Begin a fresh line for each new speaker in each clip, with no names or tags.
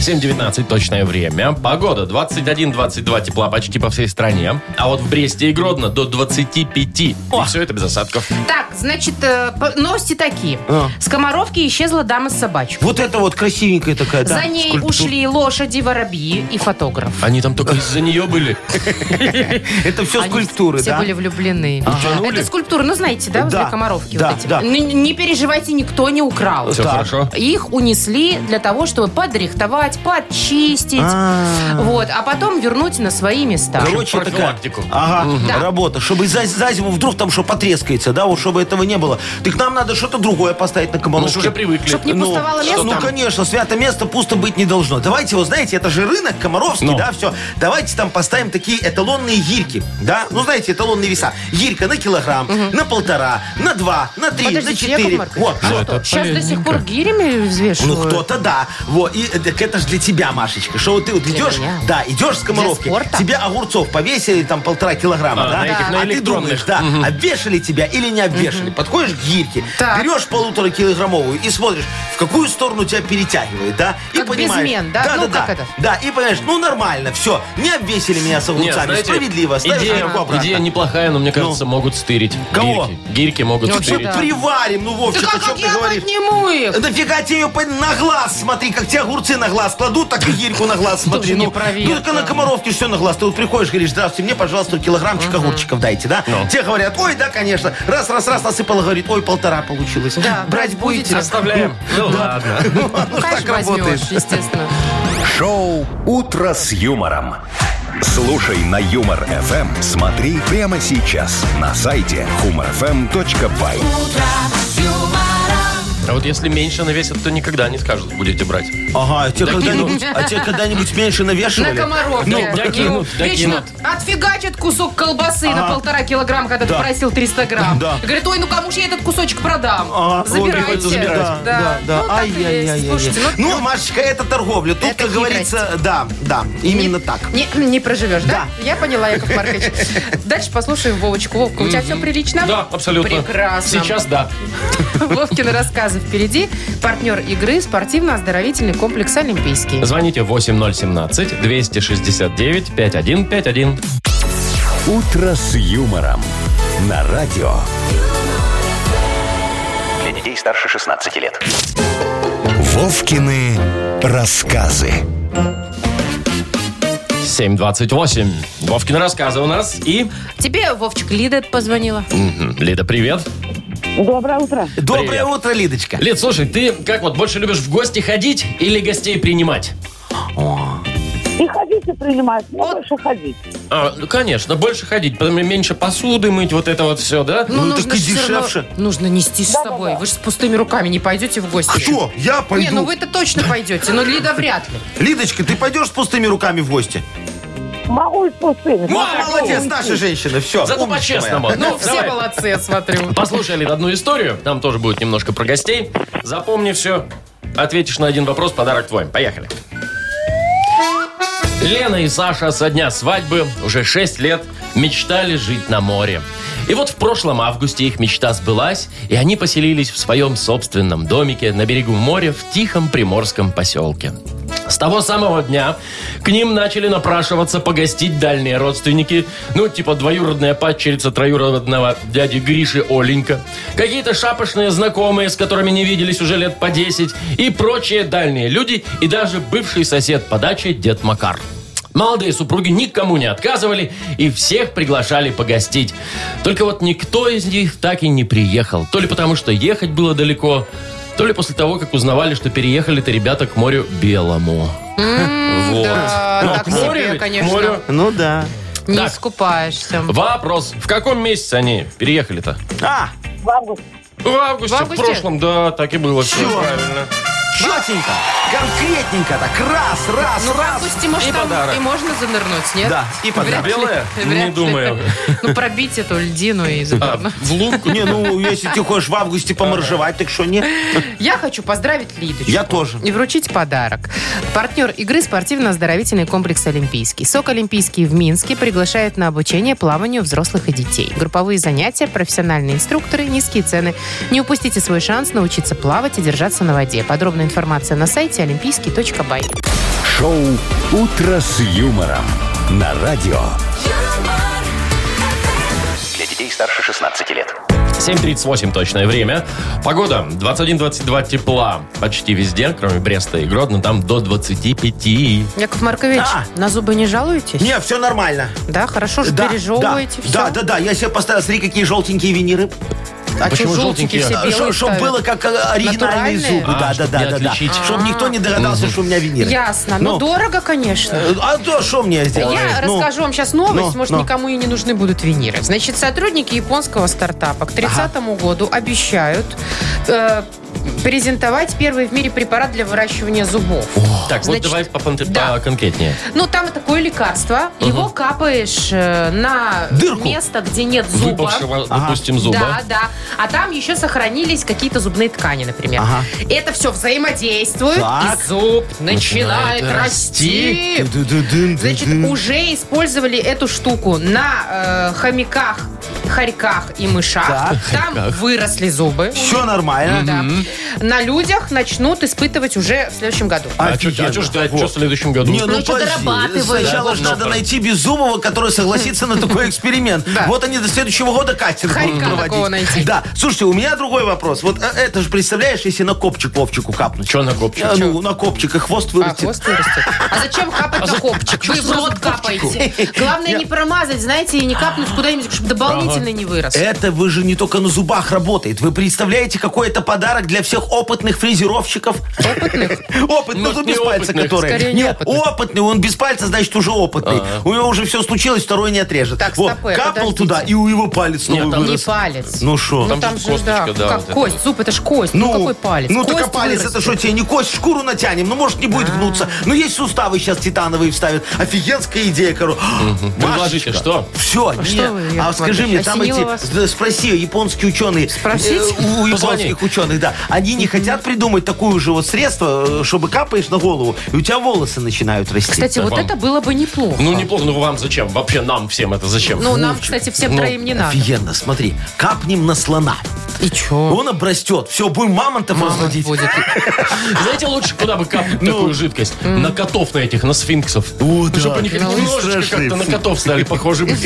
7.19 точное время. Погода 21-22 тепла почти по всей стране. А вот в Бресте и Гродно до 25. И все это без осадков.
Так, значит, э, по- новости такие.
А.
С Комаровки исчезла дама с собачкой.
Вот это вот красивенькая такая, да?
За ней
скульптура.
ушли лошади, воробьи и фотограф.
Они там только из-за нее были.
Это все
Они
скульптуры,
все
да?
были влюблены.
Утянули?
Это скульптуры, ну знаете, да, возле
Да,
Комаровки
да,
вот эти.
да.
Н- Не, переживайте, никто не украл.
Все
Так.
хорошо.
Их унесли для того, чтобы подрихтовать, подчистить,
А.
вот, а потом вернуть на свои места.
Короче, такая,
профилактику.
ага,
Да.
работа. Чтобы за, за зиму вдруг там что потрескается, да, вот чтобы этого не было. Так нам надо что-то другое поставить на
Мы
комаровке.
Ну, же уже привыкли.
Чтоб не пустовало место.
Ну, конечно, свято место пусто быть не должно. Давайте, вот знаете, это же рынок Комаровский,
Ну.
да, все. Давайте там поставим такие эталонные гирьки, да? Ну, знаете, эталонные веса. Гирька на килограмм, на полтора, на два, на три, на
Подождите,
четыре.
Яков Маркович,
Вот,
а
вот.
это
Сейчас до сих
полезненько.
пор гирями
Ну,
взвешивают.
кто-то да. Вот, и э, так это же для тебя, Машечка. Что вот ты вот идешь,
меня?
да, идешь с комаровки,
спорта?
тебе огурцов повесили там полтора килограмма,
А,
да?
на этих, на
а ты
электронных.
думаешь, да, обвешали тебя или не обвешали. Подходишь к гирьке,
Так.
берешь полутора килограммовую и смотришь, в какую сторону тебя перетягивает, да? И
Как безмен, да?
Да,
Ну,
да,
как
да.
это?
Да, и понимаешь, ну нормально, все, не обвесили меня с огурцами,
Нет, знаете,
справедливо, ставишь
идея,
гирьку обратно. Ну.
идея неплохая, но мне кажется, могут стырить.
Кого?
Гирьки. Гирьки могут
Ну,
стырить.
да.
Приварим, ну,
Да
Вовчик, о
а как,
чем
как
ты
я
говоришь?
подниму их?
Нафига тебе ее по- на глаз смотри, как тебе огурцы на глаз кладут, так и гирьку на глаз смотри.
Тоже
Ну,
непроверка.
только на комаровке все на глаз. Ты вот приходишь, говоришь, здравствуйте, мне, пожалуйста, килограммчик огурчиков дайте, да?
Ну.
Те говорят, ой, да, конечно. Раз, раз, раз насыпала, говорит, ой, полтора получилось.
Да, брать
Брать будете?
будете?
Оставляем. Ну ладно.
Ну, оно
Конечно,
ж так
возьмешь,
работает.
естественно.
Шоу «Утро с юмором». Слушай на Юмор ФМ. Смотри прямо сейчас на сайте humorfm.by.
А вот если меньше навесят, то никогда не скажут, будете брать.
Ага, а тебе когда-нибудь а тебе когда-нибудь меньше навешивали?
На комаров.
Ну,
блядь.
докинут,
Ну, Вечно
докинут.
отфигачит кусок колбасы на полтора килограмма, когда ты
Да.
просил 300 грамм.
Да. А,
Говорит, ой, ну кому же я этот кусочек продам?
Ага.
Забирайте.
приходится забирать.
Да, да, да.
Ну, так и есть. Слушайте, ну,
Ну, Машечка, это торговля. Тут,
Это
как говорится, да, да, именно так.
Не, не проживешь, да? Я поняла, Яков Маркович. Дальше послушаем Вовочку. Вовка, у тебя все прилично?
Да, абсолютно.
Прекрасно.
Сейчас да.
Вовкины рассказы впереди. Партнер игры спортивно-оздоровительный комплекс «Олимпийский».
Звоните 8017-269-5151.
«Утро с юмором» на радио.
Для детей старше 16 лет.
Вовкины рассказы.
728. Вовкин рассказы у нас. И,
Тебе, Вовчик, Лида позвонила.
мгм, Лида, привет.
Доброе утро.
Доброе
Привет.
утро, Лидочка.
Лид, слушай, ты как вот больше любишь в гости ходить или гостей принимать?
И ходить и принимать, но
Вот.
больше ходить.
А, ну, конечно, больше ходить, потом меньше посуды мыть, вот это вот все, да?
Ну, так и
же всё
дешевше.
равно- нужно нести с
Да-да-да.
собой. Вы же с пустыми руками не пойдете в гости.
Кто? Я
Не, ну
пойду.
вы-то точно пойдете, но Лида вряд ли.
Лидочка, ты пойдешь с пустыми руками в гости?
Могу и с пустыми.
Вот молодец, наша женщина, все.
Зато по-честному.
Ну,
Ну,
все
давай.
молодцы, я смотрю.
Послушай, Лид, одну историю. Там тоже будет немножко про гостей. Запомни все. Ответишь на один вопрос, подарок твой. Поехали. Лена и Саша со дня свадьбы уже 6 лет мечтали жить на море. И вот в прошлом августе их мечта сбылась, и они поселились в своем собственном домике на берегу моря в тихом приморском поселке. С того самого дня к ним начали напрашиваться погостить дальние родственники, ну, типа двоюродная падчерица троюродного дяди Гриши Оленька, какие-то шапошные знакомые, с которыми не виделись уже лет по 10, и прочие дальние люди, и даже бывший сосед по даче дед Макар. Молодые супруги никому не отказывали и всех приглашали погостить. Только вот никто из них так и не приехал. То ли потому, что ехать было далеко, то ли после того, как узнавали, что переехали-то ребята к морю Белому. Вот.
да,
Ну,
так
к морю
себе,
ведь, к
конечно.
морю.
Ну да.
Не
Так.
искупаешься.
Вопрос. В каком месяце они переехали-то?
А,
В августе.
В августе,
В
в,
августе?
прошлом, да, так и было. Все
Всё.
правильно.
четенько, конкретненько так, раз, раз,
Ну, в
раз.
августе, может,
И
там
подарок.
и можно занырнуть, нет?
Да, и
Вряд
подарок.
ли.
Белое?
Вряд
Не
ли.
думаю.
Ну, пробить эту льдину и
А,
забавно.
в лунку?
Не, ну, если ты хочешь в августе поморжевать, так что нет?
Я хочу поздравить Лидочку.
Я тоже.
И вручить подарок. Партнер игры спортивно-оздоровительный комплекс «Олимпийский». СОК «Олимпийский» в Минске приглашает на обучение плаванию взрослых и детей. Групповые занятия, профессиональные инструкторы, низкие цены. Не упустите свой шанс научиться плавать и держаться на воде. Подробная информация на сайте олимпийский.бай.
Шоу «Утро с юмором» на радио.
Для детей старше 16 лет.
7.38 точное время. Погода 21-22 тепла почти везде, кроме Бреста и Гродно. Там до 25.
Яков Маркович,
Да.
на зубы не жалуетесь?
Не, все нормально.
Да, хорошо же
А! Да,
пережевываете
да,
все.
Да, да, да. Я себе поставил, смотри, какие желтенькие виниры.
А
Почему
чё желтенькие
желтенькие?
все белые
Чтобы
ставят?
было как э, оригинальные
Натуральные?
зубы.
А,
Да, да,
чтоб
да,
не
да, да.
отличить.
Чтобы никто не догадался, что у меня виниры.
Ясно. Ну,
Ну.
дорого, конечно.
Э, А то, что мне сделать?
Я
Ну,
расскажу вам сейчас новость,
ну,
может,
ну.
никому и не нужны будут виниры. Значит, сотрудники японского стартапа к 30 году обещают э, презентовать первый в мире препарат для выращивания зубов.
Так,
Значит,
вот давай попонт-
да.
поконкретнее.
Ну, там такое лекарство, его капаешь э, на
Дырку.
место, где нет зуба. А.
Выпавшего,
Ага.
допустим, зуба.
Да, да. А там еще сохранились какие-то зубные ткани, например.
Ага.
Это все взаимодействует,
Так.
и зуб начинает,
Начинает
расти.
Ды-ды-дын,
Значит,
ды-дын.
уже использовали эту штуку на э, хомяках, хорьках и мышах.
Так.
Там выросли зубы.
Все нормально.
Да. На людях начнут испытывать уже в следующем году.
А что ждать? Чё в следующем году?
Не, ну,
Ну, что
подожди.
дорабатывают.
Сначала же
Да,
надо
вот.
найти безумого, который согласится на такой эксперимент. Вот они до следующего года кастинг будут
Харька такого
проводить.
найти.
Да. Слушайте, у меня другой вопрос. Вот э, это же, представляешь, если на копчик Вовчику капнуть.
Че на копчик?
Э, Ну, на копчик, и хвост
А,
вырастет.
хвост вырастет. А зачем капать на копчик? Вы в рот капаете. Главное не промазать, знаете, и не капнуть куда-нибудь, чтобы
Э,
дополнительно не вырос.
Это вы же не только на зубах работает. Вы представляете, какой это подарок для всех опытных, опытных фрезеровщиков. Опытных? Опытных,
Может,
ну, без
не
пальца,
опытных,
которые.
скорее
Нет,
неопытных.
опытный, он без пальца, значит, уже опытный. У него уже все случилось, второй не отрежет.
Так,
Вот,
стопэ,
капал
подождите.
туда, и у его палец
Нет,
новый
там
Не
вырос.
палец.
Ну что?
Ну,
Там же
там же, да,
косточка, да,
как
вот это
кость,
вот.
зуб, это ж кость. Ну, какой палец?
Ну, так а
Кость
палец,
вырастет.
это что тебе, не кость, шкуру натянем, ну, может, не будет гнуться. Ну, есть суставы сейчас титановые вставят. Офигенская идея, короче.
Предложите, что?
Все, а,
что вы, Яков
а скажи
Маркович,
мне, там
осенило
эти,
вас?
да, спроси, японские ученые,
Спросить?
э, у
Позвони.
японских ученых, да, они не хотят придумать такое же вот средство, э, чтобы капаешь на голову, и у тебя волосы начинают расти.
Кстати, вот
Вам.
это было бы неплохо.
Ну, неплохо, ну вам зачем? Вообще нам всем это зачем?
Ну, нам, кстати, всем
Ну,
троим не надо.
Офигенно, смотри, капнем на слона,
И чё?
он обрастет, все, будем мамонтов
Мама
разводить.
будет.
Знаете, лучше куда бы капнуть
Ну.
такую жидкость? На котов на этих, на сфинксов.
О, да.
Чтобы они хоть
Ну,
немножечко
страшные.
как-то на котов стали похожими.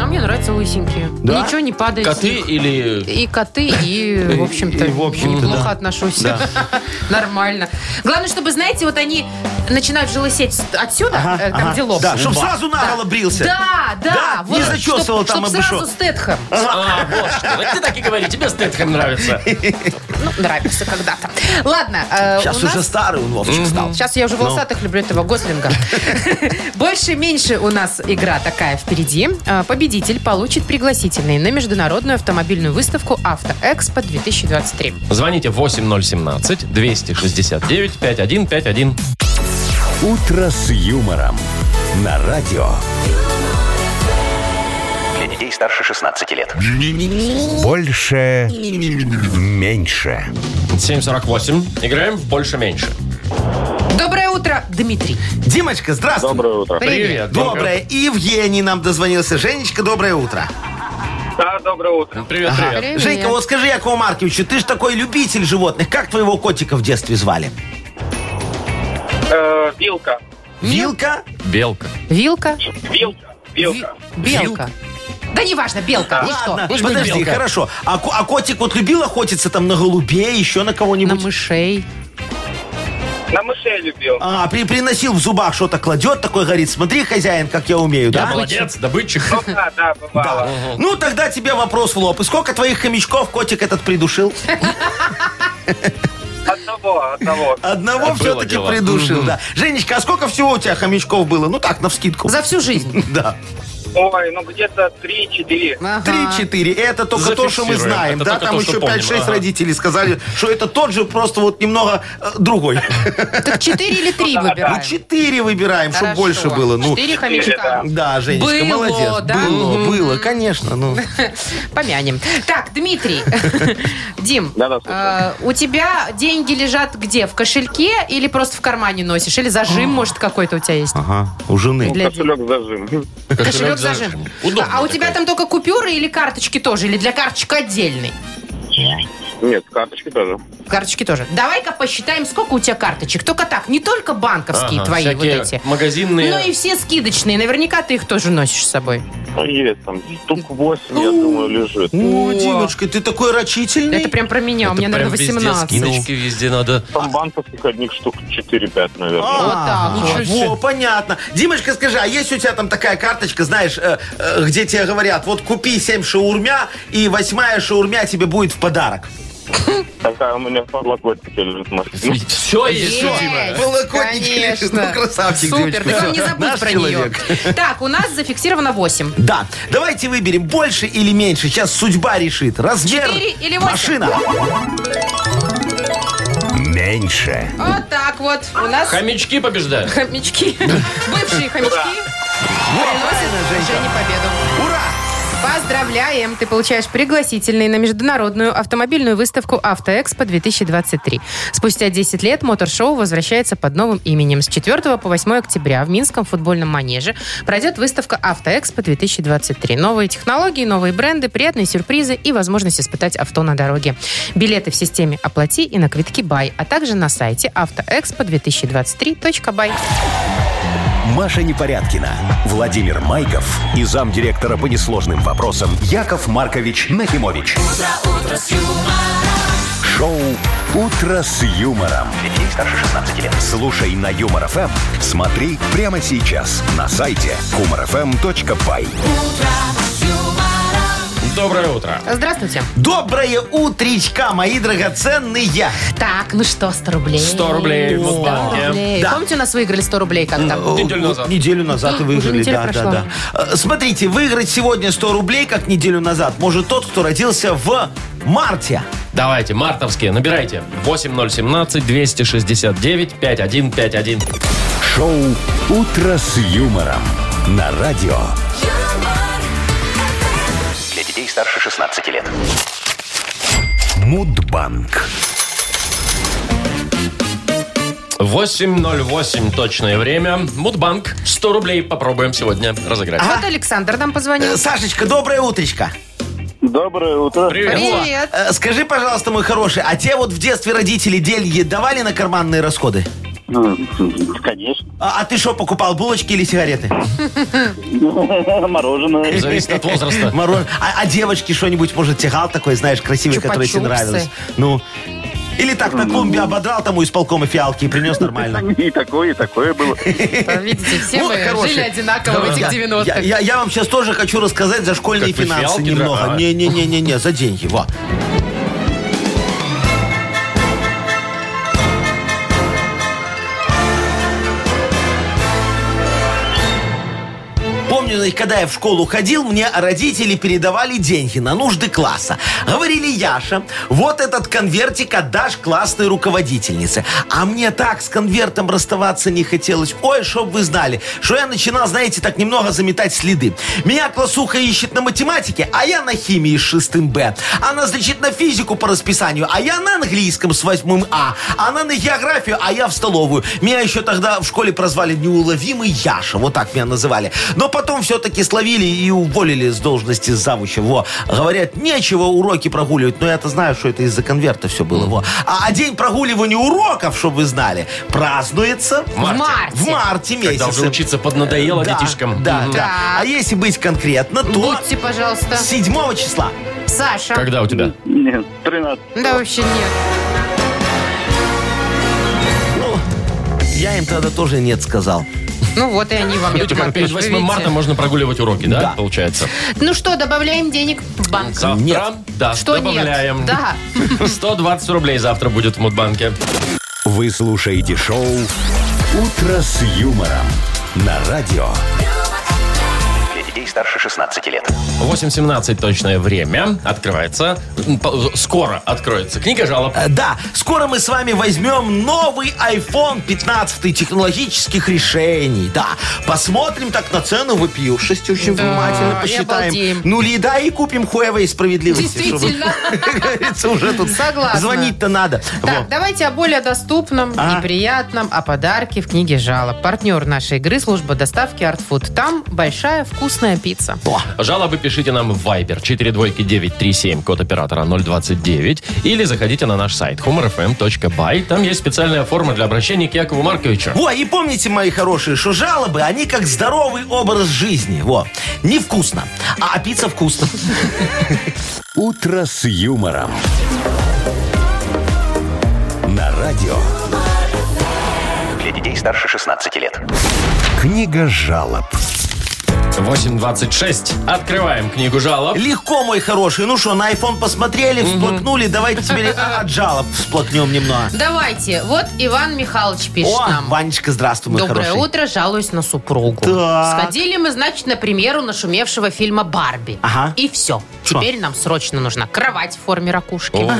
А мне нравятся лысенькие.
Да?
Ничего не падает. с
Коты
них.
или...
И коты, и, в общем-то,
и в общем-то,
неплохо
да.
отношусь.
Да.
Нормально. Главное, чтобы, знаете, вот они начинают же лысеть с- отсюда,
Ага,
э, там,
ага.
где лоб.
Да, чтоб сразу наголо брился.
Да, да.
Да, не зачесывал там
чтоб
обышок.
сразу Стэтхэм.
А, вот что. Вот Ты так и говори, тебе Стэтхэм нравится.
Ну, нравится когда-то. Ладно, э,
Сейчас
у
уже
нас-
старый он, Вовчик, стал.
Сейчас я уже волосатых люблю этого Гослинга. Больше-меньше у нас игра такая впереди. Э, Победитель получит пригласительные на международную автомобильную выставку «Автоэкспо-2023».
Звоните 8017-269-5151.
«Утро с юмором» на радио.
Для детей старше 16 лет.
Больше, меньше.
748. Играем в «Больше-меньше».
Доброе утро, Дмитрий.
Димочка, здравствуй.
Доброе утро.
Привет.
Доброе. И Евгений нам дозвонился. Женечка, доброе утро.
Да, доброе утро.
Привет, привет.
Привет.
Женька, вот скажи, Якову Марковичу, ты же такой любитель животных. Как твоего котика в детстве звали?
Э, вилка.
Вилка?
Белка.
Вилка?
Вилка.
Ви-
Вилка.
Белка. Да неважно, белка. И Ну что?
Ладно,
Пусть будет
подожди,
белка.
хорошо. А, ко- а котик вот любил охотиться там на голубей, еще на
На
кого-нибудь?
мышей.
На мышей любил.
А, при, приносил в зубах что-то кладет, такой говорит, смотри, хозяин, как я умею,
Я
да?
молодец, добытчик.
Ну да, да, бывало.
Ну, тогда тебе вопрос в лоб. И сколько твоих хомячков котик этот придушил?
Одного, одного.
Одного
А Было
все-таки
дело.
придушил, да. Женечка, а сколько всего у тебя хомячков было? Ну так, навскидку.
За всю жизнь.
Да.
Ой, ну где-то 3-4.
Ага.
Три-четыре. Это только то, что мы
Зафиксируем.
знаем.
Это
Да,
только
там
то, что
еще
помним.
5-6
Ага.
родителей сказали, что это тот же, просто вот немного э, другой.
Так четыре или три
Ну,
выбираем?
четыре выбираем, чтобы
Хорошо.
больше было. Ну,
Четыре хомячка.
да, Женечка,
Было,
молодец.
да?
Было,
Мгм.
было, конечно. Ну,
Помянем. Так, Дмитрий. Дим,
Да, да, слушаю.
э, у тебя деньги лежат где? В кошельке или просто в кармане носишь? Или зажим, может, какой-то у тебя есть?
ага, у жены.
Для-
Кошелек зажим.
Кошелек
Ну,
зажим.
Удобно
А, а у тебя
такая.
там только купюры или карточки тоже? Или для карточек отдельный?
Нет, карточки тоже.
Карточки тоже. Давай-ка посчитаем, сколько у тебя карточек. Только так, не только банковские
Ага,
твои вот
всякие
эти.
магазинные.
Ну и все скидочные. Наверняка ты их тоже носишь с собой.
Ну, Есть там штук 8, я думаю, лежит.
О, Димочка, ты такой рачительный.
Это прям про меня. У
Ну Это
меня,
прям
наверное,
везде
18.
Скидочки везде надо.
Там банковских одних штук 4-5, наверное.
А,
Вот так вот.
Во, понятно. Димочка, скажи, а есть у тебя там такая карточка, знаешь, э, э, где тебе говорят, вот купи 7 шаурмя, и восьмая шаурмя тебе будет в подарок?
Такая у меня в подлокотнике лежит машина.
Все есть.
Есть,
Подлокотники лежит.
конечно.
Ну, красавчик,
Супер,
девочка,
ты
всё.
не забудь
Наш
про
человек.
нее. Так, у нас зафиксировано 8.
Да, давайте выберем больше или меньше. Сейчас судьба решит. Размер
Четыре или восемь?
машина.
Меньше.
Вот так вот. У нас
Хомячки побеждают.
хомячки, бывшие хомячки, приносят Жене победу.
Ура!
Поздравляем! Ты получаешь пригласительный на международную автомобильную выставку «Автоэкспо-2023». Спустя 10 лет моторшоу возвращается под новым именем. С 4 по 8 октября в Минском футбольном манеже пройдет выставка «Автоэкспо-2023». Новые технологии, новые бренды, приятные сюрпризы и возможность испытать авто на дороге. Билеты в системе «Оплати» и на квитке «Бай», а также на сайте автоэкспо2023.бай.
Маша Непорядкина, Владимир Майков и замдиректора по несложным вопросам Яков Маркович Нахимович. Шоу Утро с юмором.
Для детей старше 16 лет.
Слушай на юмор ФМ, смотри прямо сейчас на сайте humorfm.by.
доброе утро.
Здравствуйте.
Доброе утречка, мои драгоценные.
Так, ну что, 100 рублей.
100 рублей в
100
Мудбанке.
рублей.
Да.
Помните, у нас выиграли 100 рублей как-то?
Неделю
Э, Вот
назад.
Неделю назад и выиграли,
неделя
да,
прошла.
да, да. Э, Смотрите, выиграть сегодня 100 рублей, как неделю назад, может тот, кто родился в марте.
Давайте, мартовские, набирайте. 8017-269-5151.
Шоу «Утро с юмором» на радио.
юмор,
Для детей старше 16 лет.
Мудбанк.
8.08 точное время. Мудбанк. 100 рублей попробуем сегодня разыграть.
Вот Александр нам позвонил.
Э, Сашечка, доброе утречко.
Доброе утро.
Привет.
Э, Скажи, пожалуйста, мой хороший, а те вот в детстве родители деньги давали на карманные расходы?
Конечно.
А, а ты что, покупал булочки или сигареты?
Мороженое.
Зависит от возраста.
Мороз. А, а девочки что-нибудь, может, тягал такой, знаешь, красивый, который тебе
Чупа-чупсы.
нравилось? Ну, или так на клумбе ободрал тому исполкома фиалки и принес нормально.
И такое, и такое было.
Видите, все
Ой,
мы
хороший.
жили одинаково в этих
Я-
90-х.
Я, я- я вам сейчас тоже хочу рассказать за школьные
Как вы
финансы
фиалки
немного.
дробали.
Не-не-не-не-не, за деньги. Во. Помню, значит, когда я в школу ходил, мне родители передавали деньги на нужды класса. Говорили, Яша, вот этот конвертик отдашь классной руководительнице. А мне так с конвертом расставаться не хотелось. Ой, чтоб вы знали, что я начинал, знаете, так немного заметать следы. Меня классуха ищет на математике, а я на химии с 6 Б. Она, значит, на физику по расписанию, а я на английском с 8 А. Она на географию, а я в столовую. Меня еще тогда в школе прозвали неуловимый Яша. Вот так меня называли. Но потом все-таки словили и уволили с должности завуча. Во. Говорят, нечего уроки прогуливать. Но я-то знаю, что это из-за конверта все было. Во. А, а день прогуливания уроков, чтобы вы знали, празднуется в
марте.
В марте месяце.
Когда уже учиться поднадоело
Да,
детишкам.
Да,
Мгм.
да. А если быть конкретно, то
Будьте, пожалуйста.
7 числа.
Саша.
Когда у тебя?
Нет, 13.
Да вообще нет.
Ну, я им тогда тоже нет сказал.
Ну вот и они вам,
Видите,
Яков
как перед
Маркович, вы
8
видите.
марта можно прогуливать уроки, да,
Да.
получается?
Ну что, добавляем денег в банк.
Завтра,
Нет.
да,
Что нет?
добавляем.
Да.
120 рублей завтра будет в Мудбанке.
Вы слушаете шоу «Утро с юмором» на радио.
Для детей старше 16 лет.
8.17 точное время. Открывается. м, по- Скоро откроется. Книга жалоб.
Э, Да, скоро мы с вами возьмем новый iPhone 15 технологических решений. Да, посмотрим так на цену вопиюшесть очень
Да,
внимательно,
и
посчитаем
обалдеем.
нули, да, и купим хуевой справедливости. чтобы,
Действительно.
Как говорится, уже тут
Согласна.
звонить-то надо.
Так,
Во.
давайте о более доступном
Ага.
и приятном, о подарке в книге жалоб. Партнер нашей игры – служба доставки Art Food. Там большая вкусная пицца.
Жалобы пишите нам в Viber 42937, код оператора 029. Или заходите на наш сайт humorfm.by. Там есть специальная форма для обращения к Якову Марковичу.
Во, и помните, мои хорошие, что жалобы, они как здоровый образ жизни. Во, невкусно, а а пицца вкусно.
«Утро с юмором» на радио.
Для детей старше 16 лет.
Книга жалоб.
8.26. Открываем книгу жалоб.
Легко, мой хороший. Ну что, на iPhone посмотрели, всплакнули. Давайте теперь от жалоб всплакнем немного.
Давайте. Вот Иван Михайлович пишет
О,
нам.
Ванечка, здравствуй, мой
Доброе
хороший.
утро, жалуюсь на супругу.
Так.
Сходили мы, значит, на премьеру нашумевшего фильма «Барби».
Ага.
И все.
Что?
Теперь нам срочно нужна кровать в форме ракушки.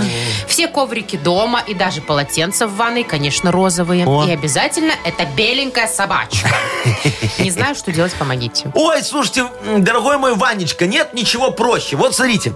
Все коврики дома и даже полотенца в ванной, конечно, розовые.
О.
И обязательно это беленькая собачка. Не знаю, что делать, помогите.
Ой, слушайте, м, дорогой мой Ванечка, нет ничего проще. Вот смотрите.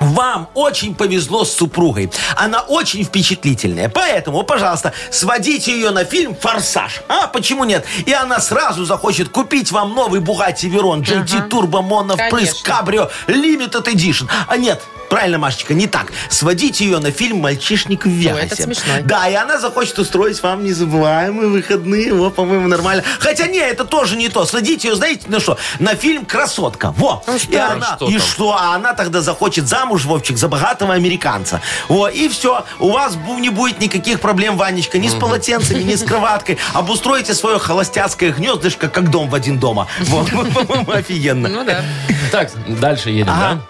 Вам очень повезло с супругой. Она очень впечатлительная. Поэтому, пожалуйста, сводите ее на фильм «Форсаж». А почему нет? И она сразу захочет купить вам новый Bugatti Верон, GT Turbo Mono впрыск,
Конечно.
Кабрио, Limited Edition. А нет, правильно, Машечка, не так. Сводите ее на фильм «Мальчишник в Вегасе».
этот смешной.
Да, и она захочет устроить вам незабываемые выходные. Во, по-моему, нормально. Хотя не, это тоже не то. Сводите ее, знаете, на что? На фильм «Красотка». Во. и
Ну что?
она,
Что
и
там?
что? А она тогда захочет замуж, Вовчик, за богатого американца. Во, и все. У вас бу- не будет никаких проблем, Ванечка, ни с полотенцами, ни с кроваткой. Обустроите свое холостяцкое гнездышко, как
Ну
дом в один дома. Во, по-моему, офигенно.
да.
Так, дальше едем,
Ага.
да?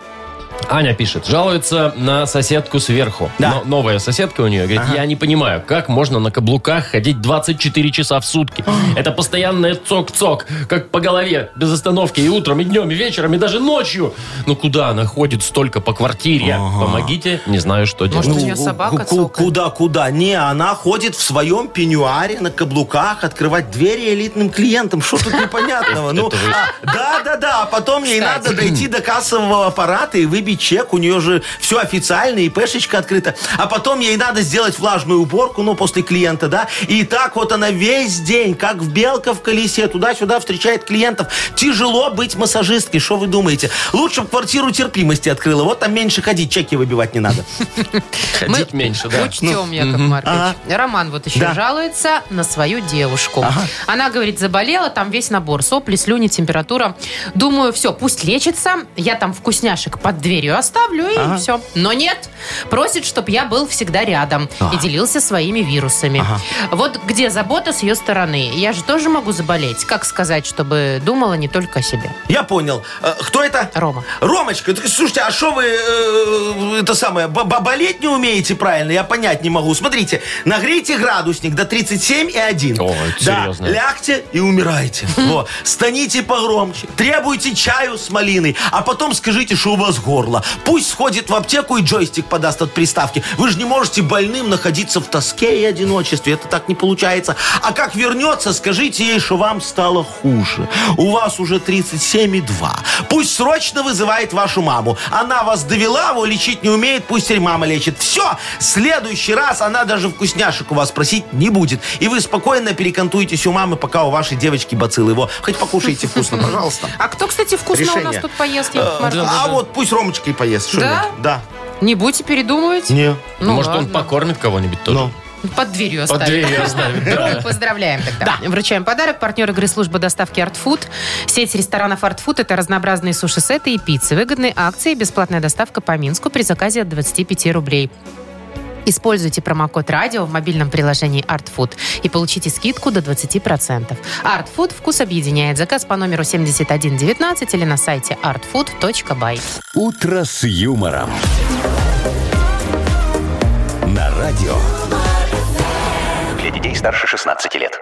Аня пишет, жалуется на соседку сверху.
Да.
Но- новая соседка у нее. Говорит, я не понимаю, как можно на каблуках ходить 24 часа в сутки. Это постоянное цок-цок, как по голове, без остановки. И утром, и днем, и вечером, и даже ночью. Ну куда она ходит столько по квартире? Помогите, не знаю, что делать.
Может, у нее собака
Ну, ку-
цокает?
Куда, куда? Не, она ходит в своем пеньюаре на каблуках открывать двери элитным клиентам. Что тут непонятного? Ну,
Это вы-
а, да, да, да. А потом ей
Кстати.
надо дойти до кассового аппарата и выбить чек. У нее же все официально, и пешечка открыта. А потом ей надо сделать влажную уборку, ну, после клиента, да. И так вот она весь день, как в белка в колесе, туда-сюда встречает клиентов. Тяжело быть массажисткой, что вы думаете? Лучше бы квартиру терпимости открыла. Вот там меньше ходить, чеки выбивать не надо.
Ходить меньше, да. Ну,
Учтем, Яков Маркович. Роман вот еще
Да.
жалуется на свою девушку. Она говорит, заболела, там весь набор, сопли, слюни, температура. Думаю, все, пусть лечится, я там вкусняшек под дверью оставлю и все. Но нет, просит, чтобы я был всегда рядом и делился своими вирусами. Вот где забота с ее стороны? Я же тоже могу заболеть. Как сказать, чтобы думала не только о себе?
Я понял. Э, Кто это?
Рома.
Ромочка, так, слушайте, а что вы э, это самое, бо- бо- болеть не умеете правильно? Я понять не могу. Смотрите, нагрейте градусник до 37,1.
О, это
да,
серьезно.
лягте и умирайте. Во. Станите погромче, требуйте чаю с малиной, а потом скажите, что у вас горло. Пусть сходит в аптеку и джойстик подаст от приставки. Вы же не можете больным находиться в тоске и одиночестве. Это так не получается. А как вернется, скажите ей, что вам стало хуже. У вас уже 37,2. Пусть срочно вызывает вашу маму. Она вас довела, его лечить не умеет, пусть теперь мама лечит. Все, в следующий раз она даже вкусняшек у вас просить не будет. И вы спокойно перекантуетесь у мамы, пока у вашей девочки бациллы его. Хоть покушайте вкусно, пожалуйста.
А кто, кстати, вкусно у нас
Решение.
тут поест, Яков
Э,
Маркович?
А вот пусть Ромочка и поест. что
Да?
ли? Да.
Не будете передумывать?
Не.
Ну
Может, он
ладно.
покормит кого-нибудь тоже?
Под дверью
Под
оставить.
дверью оставит, да.
Ну, Поздравляем тогда. Вручаем подарок. Партнер игры служба доставки Art Food. Сеть ресторанов Art Food это разнообразные суши-сеты и пиццы. Выгодные акции, бесплатная доставка по Минску при заказе от 25 рублей. Используйте промокод «Радио» в мобильном приложении Art Food и получите скидку до 20%. Art Food вкус объединяет. Заказ по номеру 7119 или на сайте artfood.by.
«Утро с юмором». На радио.
Для детей старше 16 лет.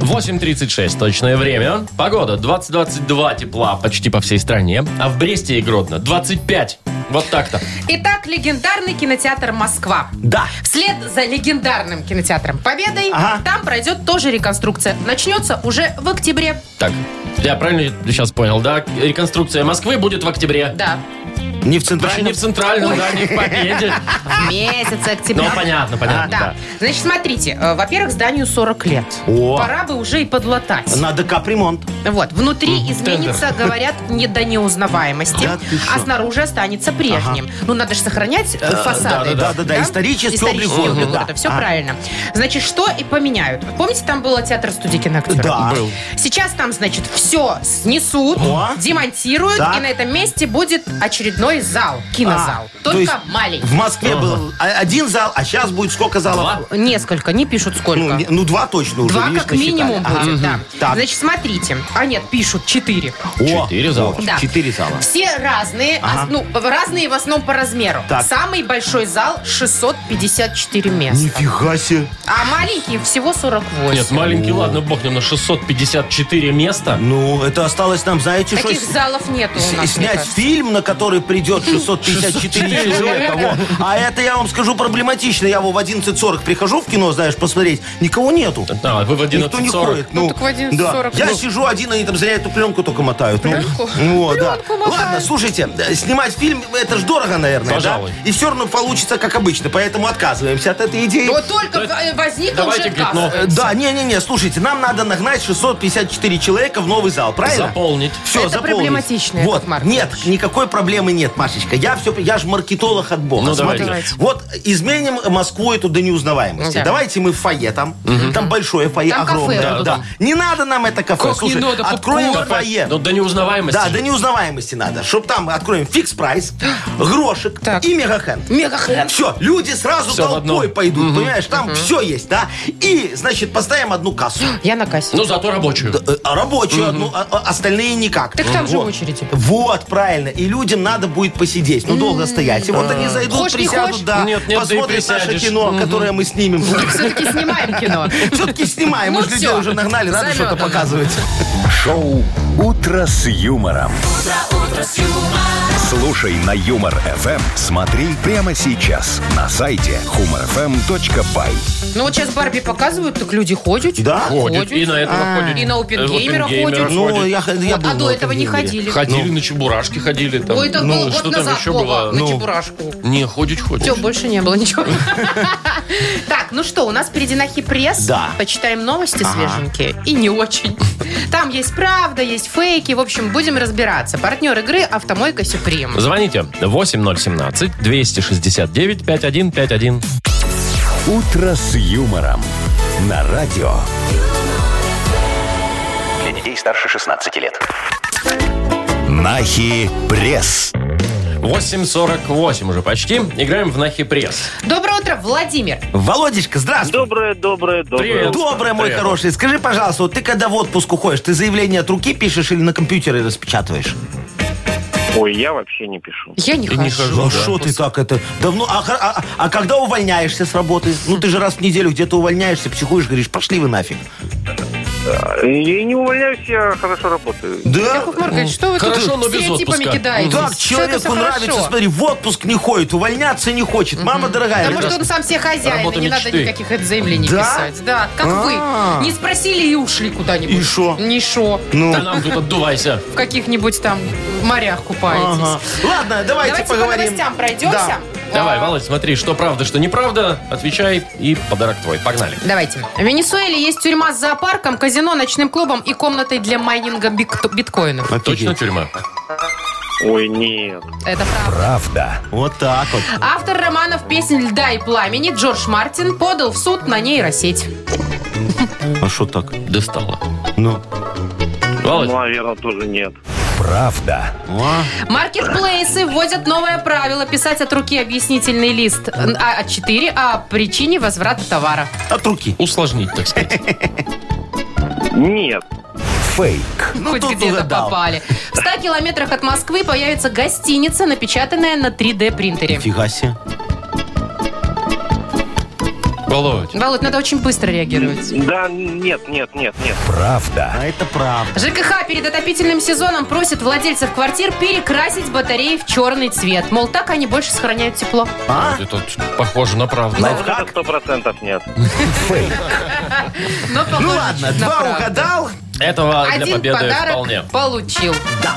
8.36 точное время. Погода 20-22 тепла почти по всей стране. А в Бресте и Гродно 25. Вот так-то.
Итак, легендарный кинотеатр «Москва».
Да.
Вслед за легендарным кинотеатром Победой
Ага.
там пройдет тоже реконструкция. Начнется уже в октябре.
Так, я правильно сейчас понял, да? Реконструкция Москвы будет в октябре.
Да.
Не в
Да, не
центральном.
в Центральном, да, не в Победе.
В месяце
Ну,
октября.
понятно,
Да.
понятно, да.
Значит, смотрите, э, во-первых, зданию 40 лет.
О.
Пора бы уже и подлатать.
Надо капремонт.
Вот, внутри изменится,
тендер.
говорят, не до неузнаваемости,
Да ты
а
что?
снаружи останется прежним. Ну, надо же сохранять э, фасады.
да, да, да, да, исторический облик
Исторический
города,
облик
да.
города, все
А.
правильно. Значит, что и поменяют. Помните, там было театр студии киноактера?
Да.
Был.
Сейчас там, значит, все снесут,
О.
демонтируют,
Так.
и на этом месте будет очередной зал, кинозал.
А, то
Только
есть
маленький.
В Москве был а- один зал, а сейчас будет сколько залов?
Несколько, не пишут сколько.
Ну, не- ну, два точно уже.
Два
видишь,
как
насчитали.
минимум
Ага.
будет, да.
Так.
Значит, смотрите. А нет, пишут четыре.
О,
Четыре зала.
о,
Да.
Четыре зала.
Все разные,
Ага.
а, ну, разные в основном по размеру.
Так.
Самый большой зал 654 места.
Нифига ну, себе.
А маленький всего 48.
Нет, маленький, ладно, бог нам на 654 места.
Ну, это осталось нам, знаете, что...
Таких
с-
залов нету у
с-
нас. мне
Снять
кажется.
фильм, на который придет 654 человека. во. А это, я вам скажу, проблематично. Я во, в 11.40 прихожу в кино, знаешь, посмотреть, никого нету.
Да, А, вы в
Никто не
11.40.
ходит. Ну,
так в 11.40.
да. Я
Ну.
сижу один, они там зря эту пленку только мотают. Ну,
Пленку?
ну, вот, да.
Пленку мотают.
Ладно, слушайте, э, снимать фильм, это ж дорого, наверное,
Пожалуй.
да? И все равно получится, как обычно, поэтому отказываемся от этой идеи.
Вот только в- э, возник
давайте,
уже
говорит,
отказ.
новое.
Э, Да, не-не-не, слушайте, нам надо нагнать 654 человека в новый зал, правильно?
Заполнить.
Все,
Это проблематично, Яков
Вот,
Маркович.
нет, никакой проблемы нет, Машечка. Я все, я же маркетолог от бога.
Ну,
Смотри,
давайте. Ну,
вот изменим Москву эту до неузнаваемости.
Да.
Давайте мы в фойе там, там большое фойе,
Там кафе
огромное.
вот
да.
там.
Не надо нам ну, это кафе.
Как не
Слушай,
надо,
откроем
попкорн.
фойе.
Ну, до неузнаваемости.
Да, до неузнаваемости надо. Чтоб там откроем фикс прайс, грошек
Так.
и мегахенд.
Мегахенд.
Все, люди сразу
Всё в
толпой
одном.
пойдут, понимаешь? Там все есть, да? И, значит, поставим одну кассу.
Я на кассе.
Ну, зато рабочую.
Э, а Рабочую одну, а- а остальные никак.
Так там же
Вот.
очереди.
Вот, правильно. И людям надо будет посидеть. Ну, долго стоять. И вот они зайдут,
Хочешь, не хочешь?
присядут, да,
Нет, нет, да и
посмотрят наше
присядешь.
кино, которое мы снимем.
Все-таки снимаем кино.
Все-таки снимаем, мы
Ну
же людей
всё.
уже нагнали, надо
Залетано.
что-то показывать.
Шоу «Утро с юмором». Слушай на Юмор ФМ, смотри прямо сейчас на сайте humorfm.by.
Ну вот сейчас Барби показывают, так люди ходят.
Да?
Ходит. И на этого Э,
А,
ходит.
И на опенгеймера
Оппенгеймера
ходят.
Ну,
ходит.
я, х- я
Вот,
был
а
на
до этого не ходили.
Опенгеймере.
Ходили на чебурашки, ходили
Ну,
там.
Ой, это был год
что там
назад,
еще
Вова,
было?
на
Ну,
чебурашку.
не, ходить ходишь.
Все, больше не было ничего. Так, ну что, у нас впереди нахи-пресс.
Да.
Почитаем новости свеженькие. И не очень. Там есть правда, есть фейки. В общем, будем разбираться. Партнер игры «Автомойка Сюприм».
Звоните 8017-269-5151.
«Утро с юмором» на радио.
Для детей старше 16 лет.
Нахи пресс.
8.48 уже почти. Играем в Нахи Пресс.
Доброе утро, Владимир.
Володечка, здравствуй.
Доброе, доброе,
Привет.
доброе.
Доброе, мой
Привет.
хороший. Скажи, пожалуйста, вот ты когда в отпуск уходишь, ты заявление от руки пишешь или на компьютере распечатываешь?
Ой, я вообще не пишу.
Я не
И не хожу.
хожу.
да.
Ну что ты так это? Давно. А, хо- а- а когда увольняешься с работы? Ну ты же раз в неделю где-то увольняешься, психуешь, говоришь, пошли вы нафиг.
Я не увольняюсь, я хорошо работаю.
Да.
Яков Маркович, что вы
Хорошо, но
тут
без
стереотипами
отпуска.
кидаетесь?
Ну, Так,
Человеку всё
человеку нравится,
хорошо.
смотри, в отпуск не ходит, увольняться не хочет. Мама дорогая,
Потому что он сам себе хозяин,
Работа
и не надо
мечты.
никаких это заявлений
Да?
писать. Да, как
А.
вы. Не спросили и ушли куда-нибудь.
И шо?
Не шо.
ну.
Да нам тут отдувайся.
В каких-нибудь там морях купаетесь.
Ага. «А, Ладно, давайте,
Давайте по
поговорим.
новостям пройдемся.
Да.
Давай,
А,
Володь, смотри, что правда, что неправда, отвечай, и подарок твой. Погнали.
Давайте. В Венесуэле есть тюрьма с зоопарком, казино, ночным клубом и комнатой для майнинга бик- биткоинов.
А.
Точно тюрьма?
Ой, нет.
Это правда.
Правда.
Вот так вот.
Автор романов «Песнь льда и пламени» Джордж Мартин подал в суд на нейросеть.
А что так?
Достала.
Ну.
Володь,
Наверное, тоже нет.
Правда.
Маркетплейсы вводят новое правило писать от руки объяснительный лист а, А4 о причине возврата товара.
От руки.
усложнить, так сказать.
Нет.
Фейк.
Ну,
Хоть
тут
где-то
угадал.
попали. В 100 километрах от Москвы появится гостиница, напечатанная на 3D-принтере.
Фига себе.
Володь.
Володь, надо очень быстро реагировать.
Да, нет, нет, нет, нет.
Правда.
А это правда.
ЖКХ перед отопительным сезоном просит владельцев квартир перекрасить батареи в черный цвет. Мол, так они больше сохраняют тепло.
А?
Это похоже на правду.
Вот это сто процентов нет.
Но,
Ну
похоже,
ладно,
на
два
правду.
угадал.
Этого для
Один
победы
подарок
вполне.
получил.
Да.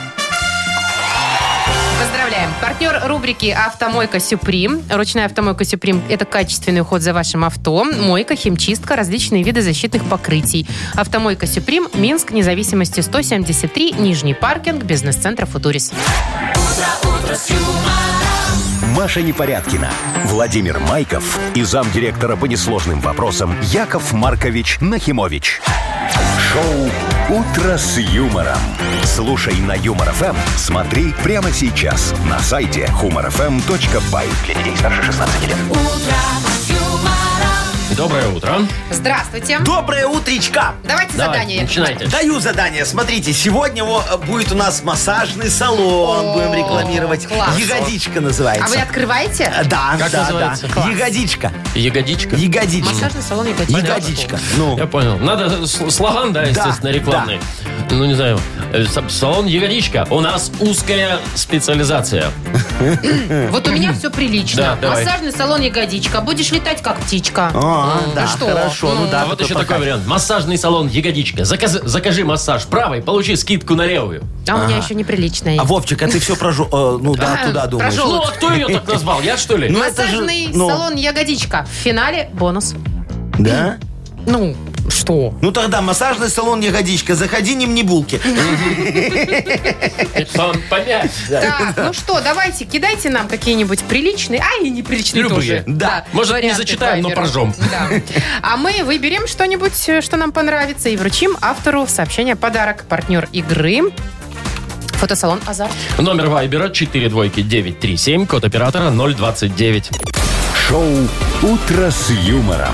Поздравляем. Партнер рубрики «Автомойка Сюприм». Ручная автомойка Сюприм – это качественный уход за вашим авто, мойка, химчистка, различные виды защитных покрытий. Автомойка Сюприм, Минск, независимости 173, Нижний паркинг, бизнес-центр «Футурис».
Маша Непорядкина, Владимир Майков и замдиректора по несложным вопросам Яков Маркович Нахимович. Шоу «Утро с юмором». Слушай на Юмор ФМ, смотри прямо сейчас на сайте humorfm.by. Для детей старше 16 лет.
Доброе утро.
Здравствуйте.
Доброе утречка.
Давайте
Давай,
задание.
начинайте.
Даю задание. Смотрите, сегодня во, э, будет у нас массажный салон.
О,
Будем рекламировать.
класс.
Ягодичка
А вы
называется.
открываете?
Э, Да,
Как
да,
называется?
да.
Класс.
Ягодичка.
Ягодичка.
Ягодичка.
Массажный салон Екатерина.
Ягодичка. Ну,
Я понял. Надо с- слоган, да, естественно, рекламный. Ну, не знаю. э, сап- Салон «Ягодичка». У нас узкая специализация.
Вот у меня все прилично.
Да, давай.
Массажный салон «Ягодичка». Будешь летать, как птичка.
А,
Ну
да,
что?
хорошо, ну да.
а вот
такой
еще такой
показ.
вариант. Массажный салон «Ягодичка». Заказ- закажи массаж правой, получи скидку на левую.
А у меня еще неприличное.
А Вовчик, а ты все про жо- э, ну да,
А,
туда
про
думаешь.
жо-
Ну, а кто ее так назвал? Я, что ли?
Ну, это же,
Массажный
ну,
салон «Ягодичка». В финале бонус.
Да?
Ну, что?
Ну тогда массажный салон ягодичка. Заходи, не мне булки.
Пон- Понять.
Так, ну что, давайте, кидайте нам какие-нибудь приличные, а и неприличные
Любые.
тоже.
Да.
Может, не
варианты
зачитаем, но
Вайбера.
прожжем.
Да. А мы выберем что-нибудь, э, что нам понравится, и вручим автору сообщения подарок. Партнер игры фотосалон «Азарт».
Номер Вайбера 42937, код оператора 029.
Шоу «Утро с юмором»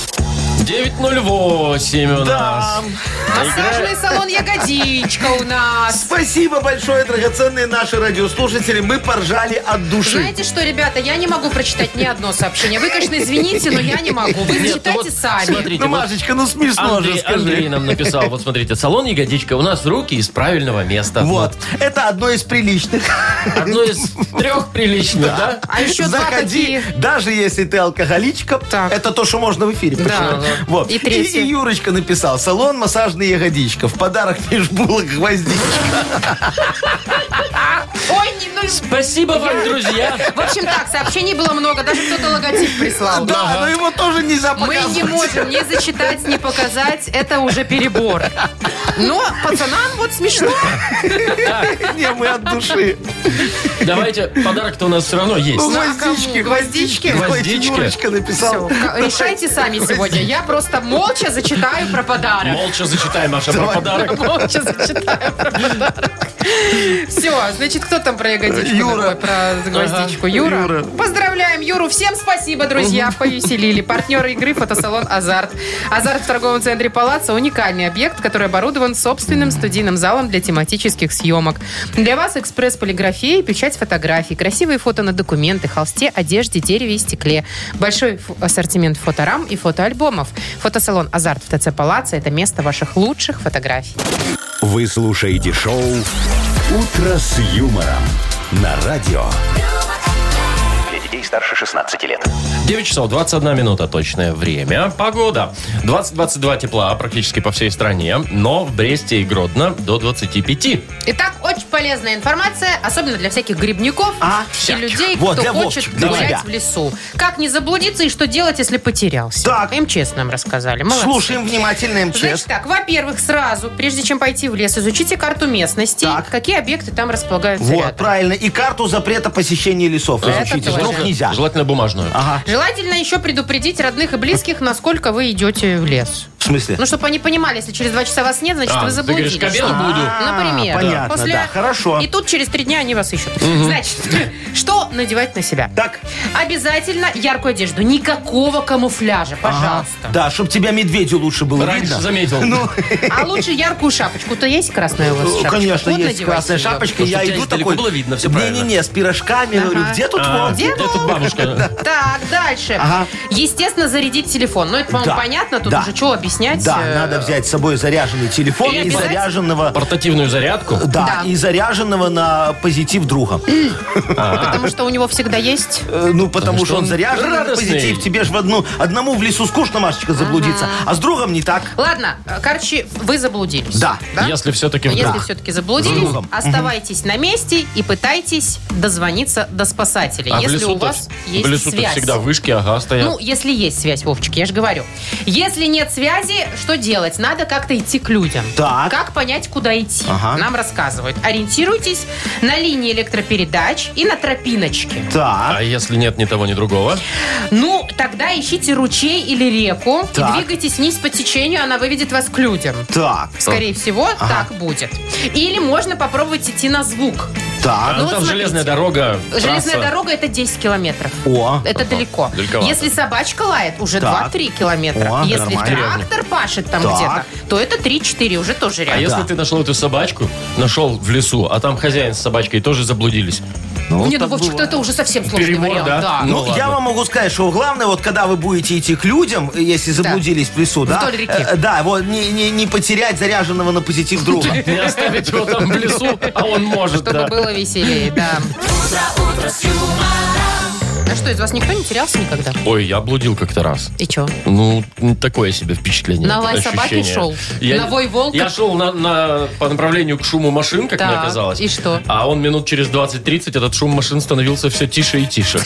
908 у нас.
Массажный салон «Ягодичка» у нас.
Спасибо большое, драгоценные наши радиослушатели. Мы поржали от души.
Знаете что, ребята, я не могу прочитать ни одно сообщение. Вы, конечно, извините, но я не могу. Вы
Нет, ну
читайте
вот
сами.
Смотрите,
ну,
вот
Машечка, ну смешно
Андрей,
же, скажи.
Андрей нам написал, вот смотрите, салон ягодичка, у нас руки из правильного места.
ну.
Вот, это одно из приличных.
Одно из трех приличных, да?
А еще два
Заходи,
такие.
даже если ты алкоголичка,
Так.
это то, что можно в эфире.
Да.
почитать. Вот.
И третье.
и Юрочка написал, салон массажные ягодичка, в подарок межбулок гвоздичка.
Ой, не, ну,
Спасибо вам, друзья.
в общем так, сообщений было много, даже кто-то логотип прислал.
Да, но его тоже нельзя
Мы не
показывать.
можем ни зачитать, ни показать. Это уже перебор. Но пацанам вот смешно.
Не, мы от души.
Давайте, подарок-то у нас все равно есть.
Ну,
Ну, а кому?
Гвоздички, гвоздички.
Гвоздички?
Давайте, Юрочка
Все,
написал.
решайте сами сегодня. Я просто молча зачитаю про подарок.
Молча зачитай, Маша, про подарок.
Молча зачитаю про подарок. Все, значит, кто там про ягодичку?
Юра.
такой, Про гвоздичку. Юра.
Юра.
Поздравляем Юру. Всем спасибо, друзья. Повеселили. Партнер игры фотосалон «Азарт». «Азарт» в торговом центре «Палаца» – уникальный объект, который оборудован собственным студийным залом для тематических съемок. Для вас экспресс-полиграфия и печать фотографий, красивые фото на документы, холсте, одежде, дереве и стекле. Большой ф- ассортимент фоторам и фотоальбомов. Фотосалон «Азарт» в ТЦ «Палаца» – это место ваших лучших фотографий.
Вы слушаете шоу «Утро с юмором» на радио.
Для детей старше 16 лет.
9 часов 21 минута точное время. Погода. 20-22 тепла практически по всей стране, но в Бресте и Гродно до 25.
Итак, очень полезная информация, особенно для всяких грибников
А,
и
всяких.
людей,
Вот,
кто
для
хочет
Вовчика, для
гулять
тебя.
в лесу. Как не заблудиться и что делать, если потерялся?
Так.
Им честно нам рассказали. Молодцы.
Слушаем внимательно МЧС.
Значит так, во-первых, сразу, прежде чем пойти в лес, изучите карту местности,
Так.
какие объекты там располагаются
Вот,
рядом.
правильно. И карту запрета посещения лесов
Это
изучите.
тоже.
Вдруг нельзя.
Желательно бумажную.
Ага.
Желательно еще предупредить родных и близких, насколько вы идете в лес.
В смысле?
Ну, чтобы они понимали, если через два часа вас нет, значит,
А,
вы
ты говоришь,
заблудились. Ну,
к обеду буду.
Например.
А, понятно, да, хорошо.
И тут через три дня они вас ищут. Значит, что надевать на себя?
Так.
Обязательно яркую одежду. Никакого камуфляжа, пожалуйста.
Да, чтобы тебя медведю лучше было
Раньше
видно.
заметил.
А. Ну,
А лучше яркую шапочку. То есть красная у вас шапочка?
Э, конечно,
Вот
есть
надевайте
красная
её.
шапочка.
чтоб
Я
тебя
иду
издалека
такой...
было видно, всё
Не-не-не, с пирожками. Я Говорю, где тут
А,
вот?
Где
это тут бабушка.
Так, дальше.
Ага.
Естественно, зарядить телефон. Ну, это, по-моему,
Да.
понятно. Тут
Да.
уже чего объяснять.
Да,
э,
надо взять с собой заряженный телефон
И
и,
обязательно-
заряженного...
Портативную зарядку.
Да.
Да, и заряженного на позитив друга.
Потому что у него всегда есть...
Э, Ну, потому
что
что
он
он заряжен на
радостный.
позитив. Тебе же в одну... Одному в лесу скучно, Машечка, заблудиться. А с другом не так.
Ладно, э, короче, вы заблудились. А
Да.
Если все-таки
Если
вдруг.
все-таки заблудились,
Другом.
оставайтесь на месте и пытайтесь дозвониться до спасателей,
А в
если у
лесу-то
вас
вс-
есть
в лесу-то
связь.
всегда вышки, ага, стоят.
Ну, если есть связь, Вовчик, я же говорю. Если нет связи, что делать? Надо как-то идти к людям.
Так.
Как понять, куда идти?
Ага.
Нам рассказывают. Ориентируйтесь на линии электропередач и на тропиночке.
Так.
а если нет ни того, ни другого?
Ну, тогда ищите ручей или реку
Так.
и двигайтесь вниз по течению, она выведет вас к людям.
Так,
Скорее всего, так будет. Или можно попробовать идти на звук.
так.
А,
ну вот
там
смотрите.
железная дорога,
Железная
трасса.
дорога это 10 километров.
О,
Это далеко.
Далековато.
Если собачка лает, уже
Так.
2-3 километра.
О,
Если
нормально.
трактор пашет там
Так.
где-то, то это 3-4, уже тоже
А
рядом.
если
Да.
ты нашел эту собачку, нашел в лесу, а там хозяин с собачкой тоже заблудились?
Ну,
Не, ну
так
Вовчик,
бывает.
это уже совсем сложный
Перебор,
вариант.
да? Ну,
Ну, я
ладно.
вам могу сказать, что главное, вот когда вы будете идти к людям, э, если заблудились в лесу, да?
Вдоль реки.
э, Да, вот не, не, не потерять заряженного на позитив друга.
Не оставить его там в лесу, а он может,
Чтобы
да.
было веселее, да. А что, из вас никто не терялся никогда?
Ой, я блудил как-то раз.
И чё?
Ну, такое себе впечатление.
На лай
ощущение.
собаки шел?
Я,
На вой волка?
Я шел на, на- по направлению к шуму машин, как мне
Так,
оказалось.
и что?
А он минут через 20-30, этот шум машин становился все тише и тише.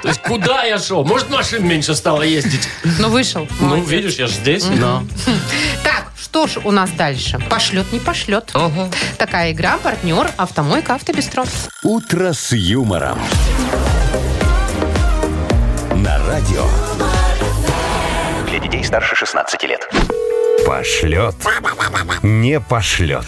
То есть куда я шел? Может, машин меньше стало ездить?
Ну, вышел.
Ну,
Молодец.
видишь, я же здесь.
Так, что ж у нас дальше? Пошлет, не пошлет.
Ага.
Такая игра, партнер, автомойка, автобестро.
«Утро с юмором» на радио.
Для детей старше 16 лет.
Пошлет. Не пошлет.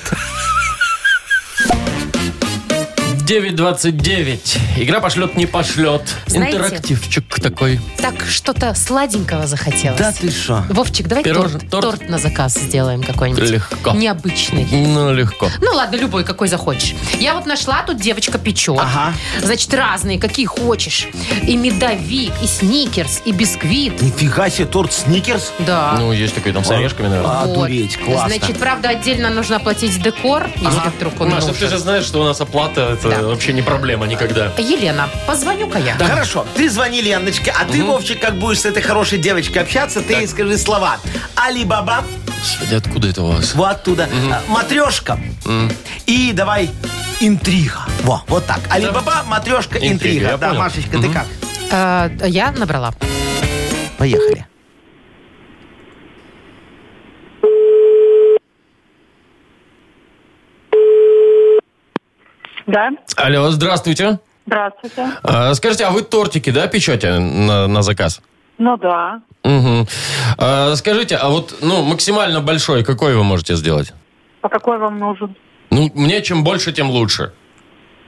929. Игра пошлет, не пошлет.
Знаете-
Интерактивчик такой.
Так что-то сладенького захотелось.
Да ты шо?
Вовчик, давай
Пирож-
торт,
торт?
торт на заказ сделаем какой-нибудь.
Легко.
Необычный.
Ну, легко.
Ну ладно, любой, какой захочешь. Я вот нашла, тут девочка печет.
Ага.
Значит, разные, какие хочешь. И медовик, и сникерс, и бисквит.
Нифига себе, торт Сникерс?
Да.
Ну, есть такой там с орешками, наверное.
А,
Вот.
дуреть, классно.
Значит, правда, отдельно нужно платить декор, если вдруг он
Маша, ты
нужен.
же знаешь, что у нас оплата это
Да.
вообще не проблема никогда.
Елена, позвоню-ка я.
Хорошо, ты звони Леночке, а ты, Вовчик, как будешь с этой хорошей девочкой общаться, ты ей скажи слова. Али-баба,
Господи, откуда это у вас?
вот оттуда, А, матрешка и давай интрига. Во, вот так. Али-баба, матрешка,
Интрига,
интрига.
я
Да,
понял.
Машечка, ты как?
А, я набрала.
Поехали.
Да,
Алло, здравствуйте.
здравствуйте.
А, скажите, а вы тортики, да, печете на, на заказ?
Ну да,
Мгм. А, скажите, а вот, ну, максимально большой, какой вы можете сделать?
а какой вам нужен?
Ну, мне чем больше, тем лучше.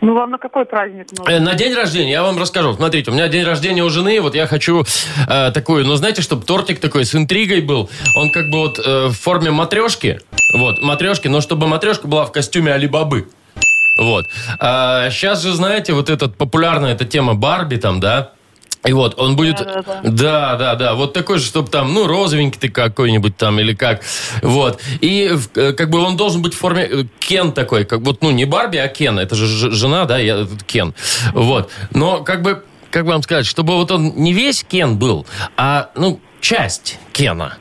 Ну, вам на какой праздник нужен?
Э, На день рождения я вам расскажу. Смотрите, у меня день рождения у жены, вот я хочу э, такую, ну знаете, чтобы тортик такой с интригой был. Он как бы вот э, в форме матрешки, вот, матрешки, но чтобы матрешка была в костюме Алибабы. Вот. сейчас же, знаете, вот этот популярная эта тема Барби там, да? И вот, он будет...
Да-да-да.
Да, да, да. Вот такой же, чтобы там, ну, розовенький ты какой-нибудь там или как. Вот. И в- э, как бы он должен быть в форме э, Кен такой. Как вот, ну, не Барби, а Кен. Это же ж- жена, да, я тут Кен. Вот. Но как бы, как вам сказать, чтобы вот он не весь Кен был, а, ну, часть Кена.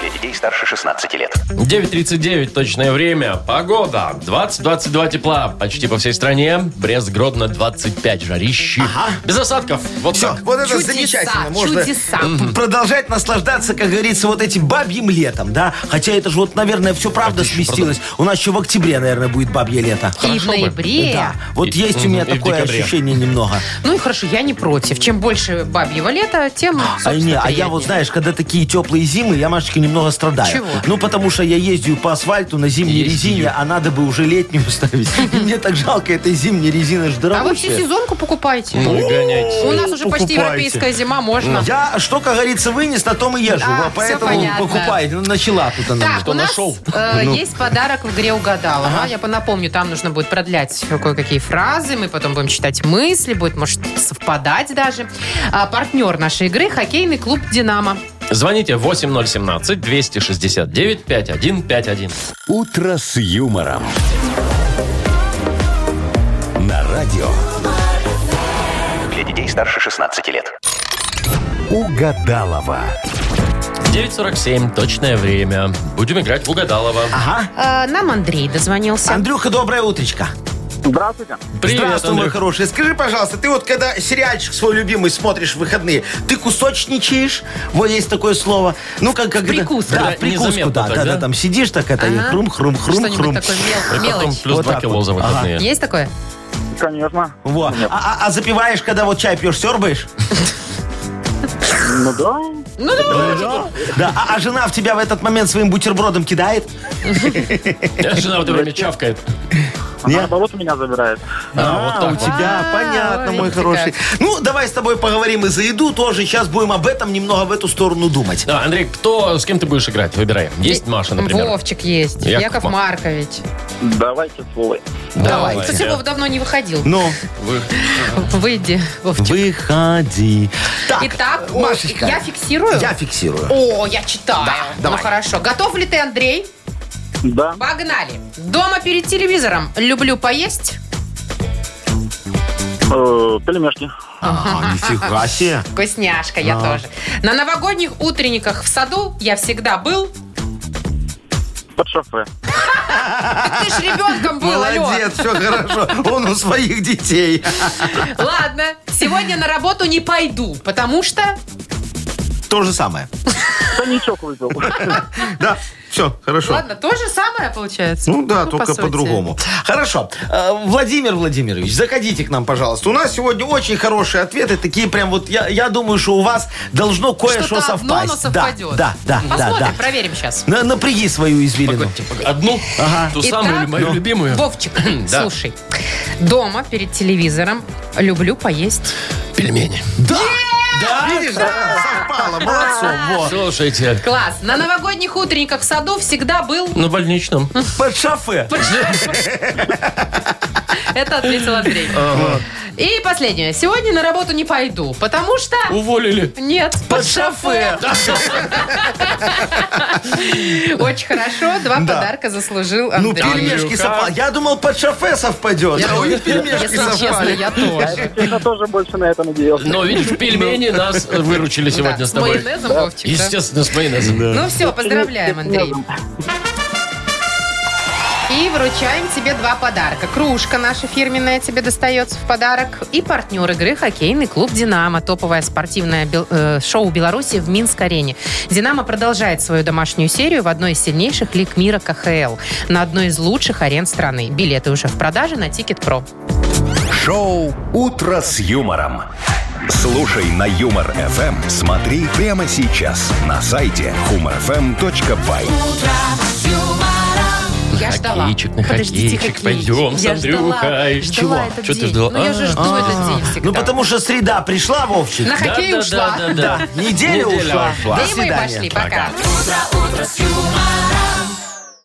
Для детей старше 16 лет.
9.39 точное время. Погода. 20-22 тепла. Почти по всей стране. Брест, Гродно 25. Жарищи. Без осадков. Вот
Все,
так.
вот это
Чудеса,
замечательно. Можно
чудеса.
м, продолжать наслаждаться, как говорится, вот этим бабьим летом, да? Хотя это же вот, наверное, все правда
Отлично,
сместилось. У нас еще в октябре, наверное, будет бабье лето.
И в
Хорошо бы.
ноябре.
Да, вот
И-
есть у меня
мгм, и в
такое
декабре.
ощущение немного.
Ну и хорошо, я не против. Чем больше бабьего лета, тем,
А,
собственно,
не, а я
приятнее.
вот, знаешь, когда такие теплые зимы, я, Машечка, немного страдаю.
Чего?
Ну, потому что я ездию по асфальту на зимней
Ездию.
резине, а надо бы уже летнюю ставить. И мне так жалко этой зимней резины,
А вы
ж
всю
дорогущая.
сезонку покупаете?
Ну и гоняйтесь.
У нас уже почти
покупайте.
европейская зима, можно.
Я, что, как говорится, вынес, на том и езжу.
Да, всё
Вот поэтому
понятно.
покупай. Ну, Начала тут она. мне.
Так,
Что
у нас
нашел? Ну.
э, есть подарок в игре «Угадала». А, Я понапомню, там нужно будет продлять кое-какие фразы, мы потом будем читать мысли, будет, может, совпадать даже. А, партнер нашей игры – хоккейный клуб «Динамо».
Звоните 8017-269-5151.
«Утро с юмором» на радио.
Для детей старше 16 лет.
Угадалова.
9.47, точное время. Будем играть в угадалово.
Ага.
Э, нам Андрей дозвонился.
Андрюха, доброе утречко.
Здравствуйте.
Привет,
Здравствуй, мой
Андрюх.
хороший. Скажи, пожалуйста, ты вот когда сериальчик свой любимый смотришь в выходные, ты кусочничаешь? Вот есть такое слово. Ну, как... как
прикуску.
Да,
Да,
в прикуску,
незаметно
да,
так,
да,
да?
да. Там сидишь так, это, и
Ага.
хрум-хрум-хрум-хрум.
Что-нибудь такое мел-
И потом
мелочь.
плюс
Вот
2
так
кило
вот.
за выходные.
Есть такое?
Конечно.
Во. А, а- а запиваешь, когда вот чай пьешь, сербаешь?
Ну да.
Да. А, а жена в тебя в этот момент своим бутербродом кидает?
Жена в это время чавкает.
Она,
Нет?
наоборот, меня забирает.
А, вот
у
так.
тебя,
А,
понятно,
видите
мой хороший. Ну, давай с тобой поговорим и за еду тоже. Сейчас будем об этом немного в эту сторону думать.
Да, Андрей, кто, с кем ты будешь играть? Выбирай. Есть Маша, например?
Вовчик есть.
Яков
Яков,
Мар-
Маркович.
Давайте свой.
Давай.
Кстати, Вов давно не выходил.
Ну,
Вы-
Выйди, Вовчик.
выходи. Так,
Итак,
Машечка,
я фиксирую?
я фиксирую.
О, я читаю. ну
давай.
хорошо. Готов ли ты, Андрей?
Да.
Погнали. Дома перед телевизором. Люблю поесть.
Э, пельмешки.
А, нифига себе.
Вкусняшка, я тоже. На новогодних утренниках в саду я всегда был.
Под шофе.
Так ты ж ребенком был, алло.
Молодец, все хорошо. Он у своих детей.
Ладно, сегодня на работу не пойду, потому что...
То же самое.
Коньячок выпил.
Да, все, хорошо.
Ладно, то же самое получается.
Ну да,
по
только
сути.
по-другому. Хорошо. Э, Владимир Владимирович, заходите к нам, пожалуйста. У нас сегодня очень хорошие ответы. Такие прям вот, я, я думаю, что у вас должно кое-что
Что-то одно,
совпасть.
но совпадет.
Да, да, да,
Посмотрим,
да. Ну, типа, да.
проверим сейчас.
На- напряги свою извилину.
Погодьте, погодь. Одну, ту
Итак,
самую или мою
ну,
любимую.
Вовчик,
Да.
слушай. Дома перед телевизором люблю поесть.
Пельмени.
Да! Да, видишь, да, совпало, молодцом. Вот.
А. Слушайте,
Класс. На новогодних утренниках в саду всегда был...
на больничном.
Под шофе.
Это ответил Андрей. И последнее. Сегодня на работу не пойду, потому что...
Уволили.
Нет, под шофе. Очень хорошо. Два
Да.
подарка заслужил
Ну,
Андрей.
пельмешки
Андрюха.
совпали. Я думал, под шофе совпадет. а у них пельмешки
Если честно,
совпали.
я тоже.
Я тоже больше на это надеялся.
Но, Ну, видишь, пельмени нас э, выручили сегодня
Да,
с тобой.
С майонезом, Вовчик, да?
Естественно, с майонезом.
Ну все, поздравляем, Андрей. И вручаем тебе два подарка. Кружка наша фирменная тебе достается в подарок. И партнер игры хоккейный клуб «Динамо». Топовое спортивное бел- э, шоу Беларуси в Минск-арене. «Динамо» продолжает свою домашнюю серию в одной из сильнейших лиг мира КХЛ. На одной из лучших арен страны. Билеты уже в продаже на Тикет Про.
Шоу «Утро с юмором». Слушай на Юмор ФМ. Смотри прямо сейчас на сайте humorfm.by.
Я ждала.
хоккейчик, на
Подождите,
хоккейчик.
хоккейчик.
Пойдем с
Я
Андрюхой.
ждала, ждала
Чего?
этот
Чё ты
день.
ждала?
Ну, я же жду
А,
этот день всегда.
Ну, потому что среда пришла, Вовчик.
На хоккей
Да-да-да-да-да.
ушла.
Да, неделя
Неделя
ушла.
ушла.
Да
До
и мы
свидания.
пошли. Пока.
Пока.
Утро, утро с юмором.